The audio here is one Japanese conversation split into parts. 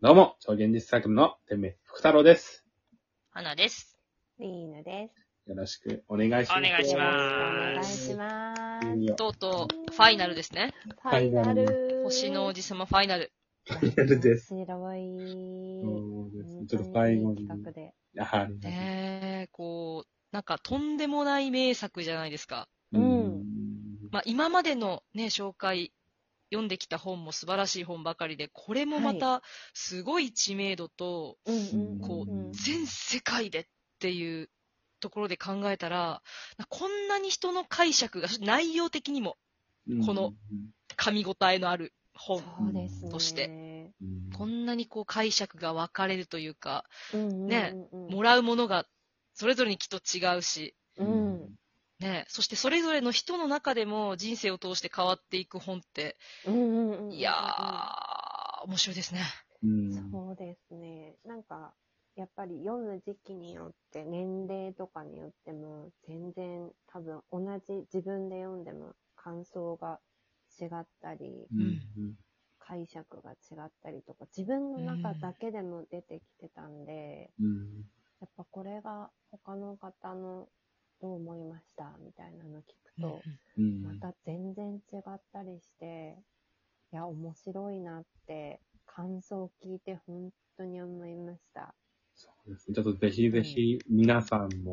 どうも、超現実作の天命福太郎です。花です。リーヌです。よろしくお願いします。お願いしお願まいすしまいすよ。いよとうとう、ファイナルですね。ファイナル。星の王子様ファイナル。ファイナルです。白い。そうですちちょっと最後に。企画で。やはり。ねえ、こう、なんかとんでもない名作じゃないですか。うんまあ今までのね、紹介、読んできた本も素晴らしい本ばかりで、これもまたすごい知名度と、うんうん。こうん全世界でっていうところで考えたら、こんなに人の解釈が、内容的にもうんこの、噛み応えのあるそ本。うですね。としてて。うんこんなにこう解釈が分かれるというか、ねね。もらうものがそれぞれにきっと違うし、うん。ね、そしてそれぞれの人の中でも人生を通して変わっていく本って、うんうんうん。いやー、面白いですね。うんそうですね。なんか、やっぱり読む時期によって、年齢とかによっても、全然多分同じ自分で読んでも感想が違ったり、うん解釈が違ったりとか、自分の中だけでも出てきてたんで、うんやっぱこれが他の方のどう思いましたみたいなの聞くうんと、うんまた全然違ったりして、いや、面白いなって、感想を聞いて本当に思いました。そうですねちょっとぜひぜひ皆さんも、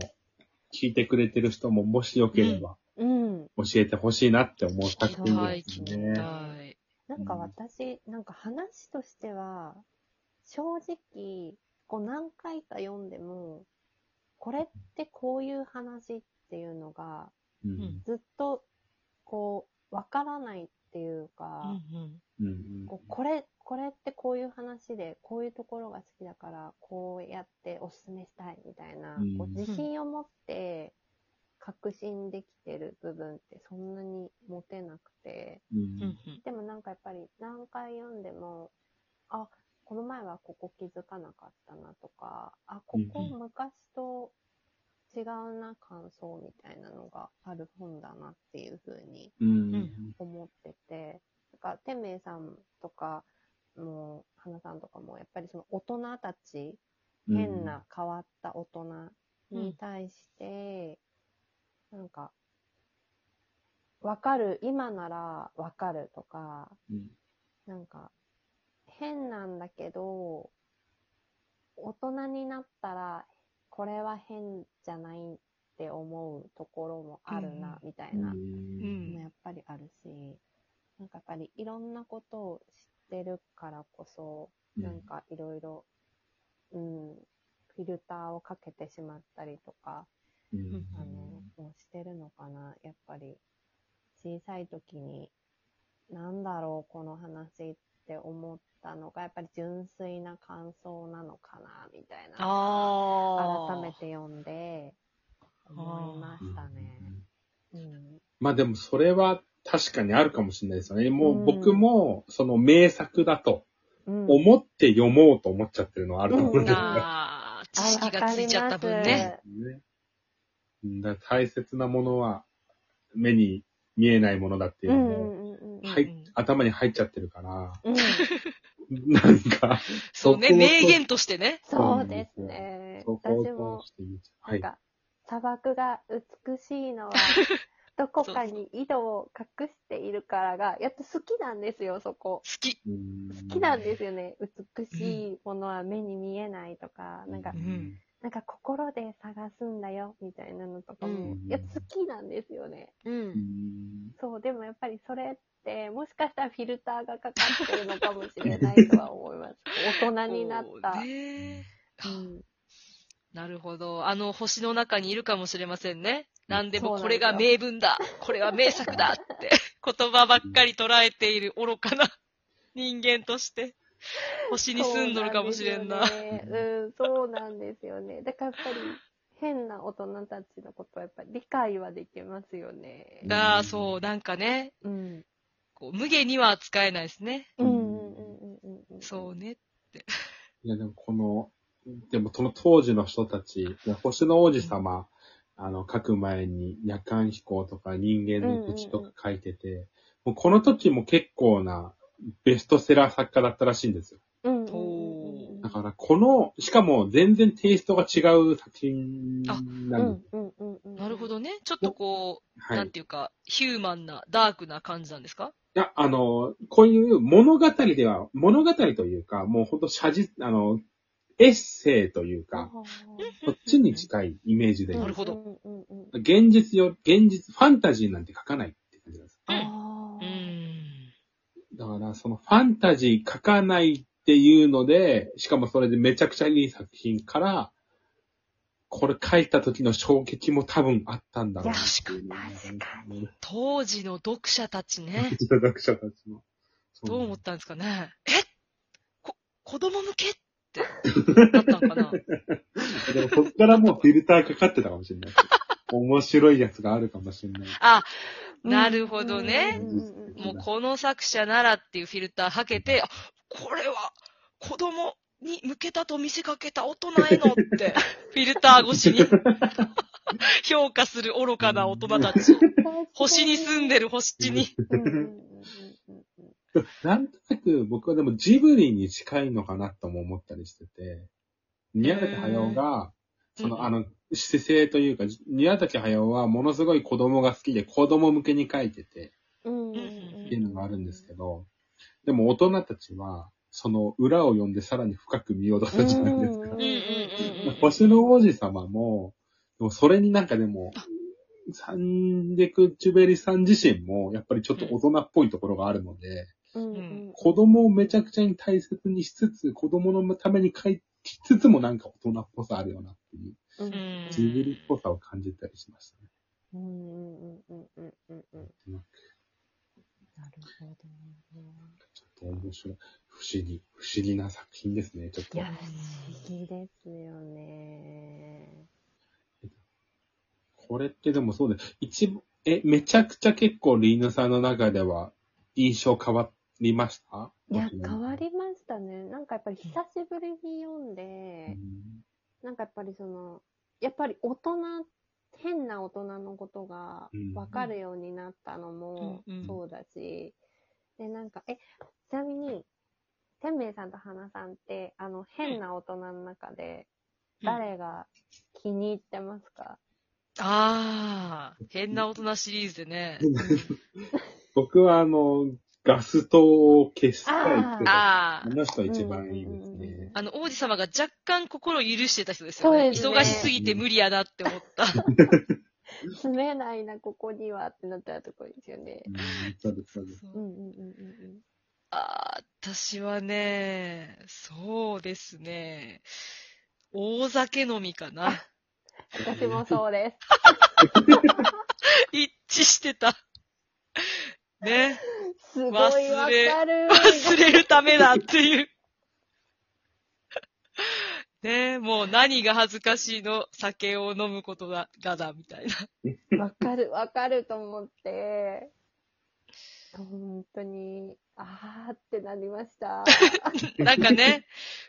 聞いてくれてる人ももしよければうん。教えてほしいなって思う聞作き品たい、聞ですきね。たい。なんか私、なんか話としては、正直、こう何回か読んでも、これってこういう話っていうのが、うんずっと、こう、わからないっていうか、うんうんこうこれ、これってこういう話で、こういうところが好きだから、こうやっておすすめしたいみたいな、うんこう自信を持って確信できてる部分ってそんなに持てなくて、うんうんうんうんでもなんかやっぱり何回読んでも、あ、この前はここ気づかなかったなとか、あ、ここうん昔と違うな感想みたいなのがある本だなっていう風にうん思ってて、なんか、天明さんとかも、花さんとかも、やっぱりその大人たち、うん変な変わった大人に対して、なんか、わかる、今ならわかるとか、うんなんか、変なんだけど、大人になったら、これは変じゃないって思うところもあるな、みたいなうんもやっぱりあるし、なんかやっぱりいろんなことを知ってるからこそ、なんかいろいろ、うん、フィルターをかけてしまったりとか、うんあの、もうしてるのかな。やっぱり、小さい時に、なんだろう、この話って思ったのが、やっぱり純粋な感想なのかな、みたいな。あー改め。て読んで、思いましたね。うん。まあでもそれは確かにあるかもしれないですよね。もううん僕もその名作だとうん思って読もうと思っちゃってるのはあると思うんですよねあー知識がついちゃった 分あわかりね。まうん。だから大切なものは目に見えないものだっていううのんも、うんうんうん。はういん、頭に入っちゃってるから、うん、なんか、そうね、そこを名言としてね。そうですね。そこを私通も、して見ちゃうなんか、砂漠が美しい のは、どこかに井戸を隠しているからが、やっと好きなんですよ、そこ。好き。うん好きなんですよね。美しいものは目に見えないとか、なんかう、なんか心で探すんだよ、みたいなのとかもうん、やっと好きなんですよね。う。うんんそう、でもやっぱりそれって、もしかしたらフィルターがかかってるのかもしれないとは思います。大人になっこたう。ねうんなるほど。あの星の中にいるかもしれませんね。何でもこそうなんでれすよが名文だ。これは名作だって言葉ばっかり捉えている愚かな人間として星に住んどるかもしれんな。そうなんですよね。うん、そうなんですよね。だからやっぱり、変な大人たちのことはやっぱり理解はできますよね。だああ、そう、なんかね、うん。こう無下には扱えないですね。うんうんうんうんうん。そうね。いや、でもこの、でもその当時の人たち、いや星の王子様、あの、書く前に夜間飛行とか人間の口とか書いてて、もうこの時も結構なベストセラー作家だったらしいんですよ。うんうんうんうん。から、この、しかも全然テイストが違う作品うなんでん、うん、うん、うん。なるほ。どね。ちょっとこう、はい。なんいていうか、ヒューマンな、ダークな感じなんですかや、あの、こういう物語では、物語というか、もうほんと写実、あの、エッセイというか、こっちに近いイメージでな。るほどうんうんうんうん。現実よ、現実、ファンタジーなんて書かないって感じなんです。あうーん。ーだから、そのファンタジー書かないっていうので、しかもそれでめちゃくちゃいい作品から、これ書いた時の衝撃も多分あったんだろうっていうのが。確かに。当時の読者たちね、読者たちの。そどう思っうたんですかね。えこ、子供向けって、だったのか な。でも、そっからもうフィルターかかってたかもしれない。面白いやつがあるかもしれない。あ、なるほどねうんうんうんうんもうこの作者ならっていうフィルターはけて、あ、これは子供に向けたと見せかけた大人への って、フィルター越し に評価する愚かな大人たち。星に住んでる星に。うんうんうんうんうんなんとなく僕はでもジブリに近いのかなとも思ったりしてて、宮崎駿が、その、うんあの、姿勢というか、宮崎駿はものすごい子供が好きで子供向けに書いててうんうんっうん。ていうのがあるんですけど、でも大人たちは、その裏を読んでさらに深く見ようとしたじゃないですうんかうん。うんうん星の王子様も、でもそれになんかでも、サンデク・チュベリさん自身も、やっぱりちょっと大人っぽいところがあるので、うんうん子供をめちゃくちゃに大切にしつつ、子供のために書きつつもなんか大人っぽさあるよなっていう、うんうんうんジブリっぽさを感じたりしましたね。うんうんうんうんうん。なんかなるほどね。ちょっと面白い。不思議、不思議な作品ですね、ちょっいとや。、不思議ですよね。これってでもそうで、一部、え、めちゃくちゃ結構リーヌさんの中では印象変わりましたいや、変わりましたね。なんかやっぱり久しぶりに読んうで、んなんかやっぱりその、やっぱり大人、変な大人のことがうんわかるようになったのもうんうんそうだし、で、なんか、え、ちなみに、天明さんと花さんって、あの、変な大人の中で、誰が気に入ってますか、あー、変な大人シリーズでね。僕はあの、ガス灯を消したいけど、ああー。の人一番いいですね。あの、王子様が若干心を許してた人ですよそうね。ですね忙しすぎて無理やなって思った。住めないな、ここにはってなったところですよね。うん、そうです、そうです。うんうんうんうん あー私はね、そうですね。大酒飲みかな。 うん。私もそうです。一致してた。ね。すごいわか る。忘れるためだっていう。ねもう何が恥ずかしいの酒を飲むことががだ、みたいな。 わかる、わかると思って、本当に、あーってなりました。なんかね、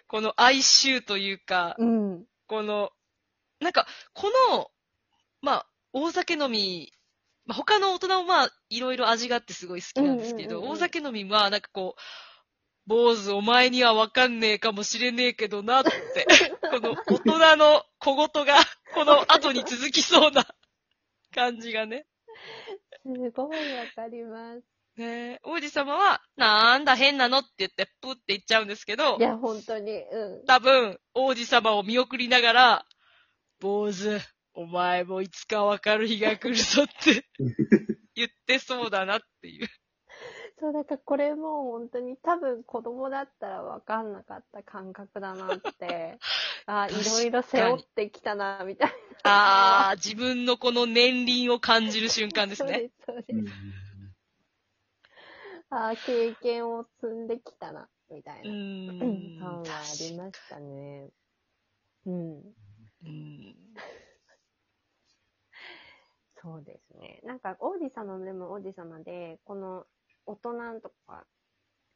この哀愁というか、うん。この、なんか、この、まあ、大酒飲み、まあ、他の大人もまあ、いろいろ味があってすごい好きなんですけど、うんうんうんう大ん酒飲みは、なんかこう、坊主お前にはわかんねえかもしれねえけど なって、この大人の小言が、この後に続きそうな感じがね。すごいわかります。ねえ王子様は、なんだ変なのって言って、プって言っちゃうんですけどい、や、本当に、う多分、王子様を見送りながら、坊主、お前もいつかわかる日が来るぞって言ってそうだなっていう。ん。そう、だからこれも本当に多分子供だったらわかんなかった感覚だな って、あーいろいろ背負ってきたな、みたいな。あー、自分のこの年輪を感じる瞬間ですね。そうです、そううです。んあー経験を積んできたな、みたいうーな。うん、ん感はあ。りましたね。うん。うんそうですね。なんか、王子様でも王子様で、この、大人とか、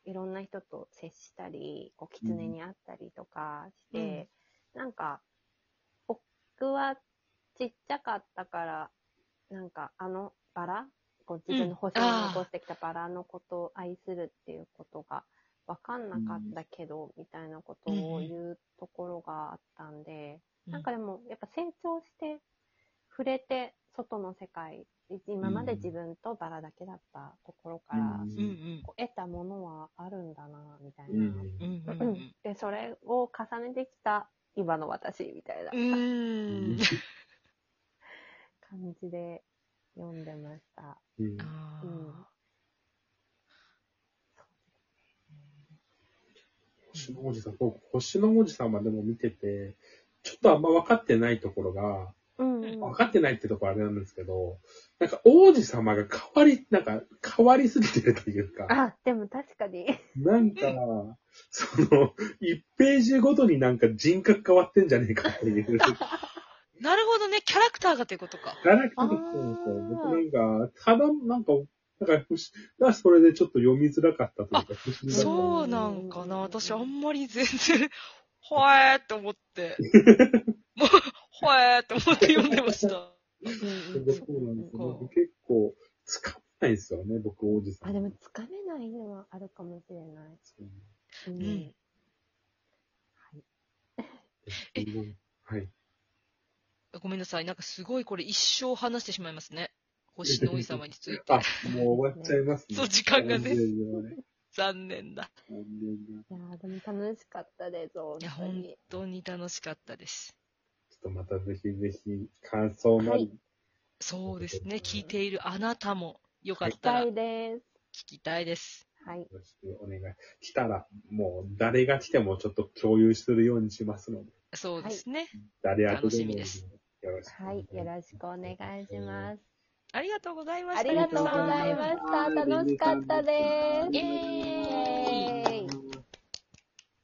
いろんな人と接したり、こう、狐に会ったりとかして、なんか、僕はちっちゃかったから、なんか、あの、バラこう自分の星に残してきたバラのことを愛するっていうことが、わかんなかったけど、みたいなことを言うところがあったんで、なんかでも、やっぱ成長して、触れて、外の世界、今まで自分とバラだけだったところから、うんうん。こう得たものはあるんだな、みたいな。うんうんううんんで、それを重ねてきた、今の私、みたいなうん。うーん。感じで読んでました。うんあ星の王子さん、僕、星の王子様でも見てて、ちょっとあんま分かってないところが、うんうん。分かってないってところあれなんですけど、なんか王子様が変わり、なんか変わりすぎてるというか、あ、でも確かに。なんか、その、1ページごとになんか人格変わってんじゃねえかっていう。ーなるほどね。キャラクターがっていうことか。ガラクターそうそう。僕なんか、ただ、なんか、なんか、不思なんかそれでちょっと読みづらかったというか、不思議だったそうなんかな。私あんまり全然、ほえーって思 って。もう、ほえーって思って読んでました。そうなんですよ。僕結構、つかめないんですよね、僕、王子さん。あ、でも、つかめないのはあるかもしれない。そうう。うんん。えはい。ごめんなさい。なんかすごいこれ一生話してしまいますね。星の王子様について。あ、もう終わっちゃいますそう、時間がいやね、いやいや残念だ。残念ないやーでも楽しかったです、本いや、当本に。当に楽しかったです。ちょっとまたぜひぜひ、感想なはりい、そうですね。聞いているあなたも、よかっ期たら待聞です。きたいです。はい。よろしくお願い。来たら、もう、誰が来てもちょっと共有するようにしますので、そうですね。誰役でもいいの楽しみですよろしくおは願いいし。ます。よろしくお願いします。ありがとうございました。ありがとうございました。楽しかったです。イエーイ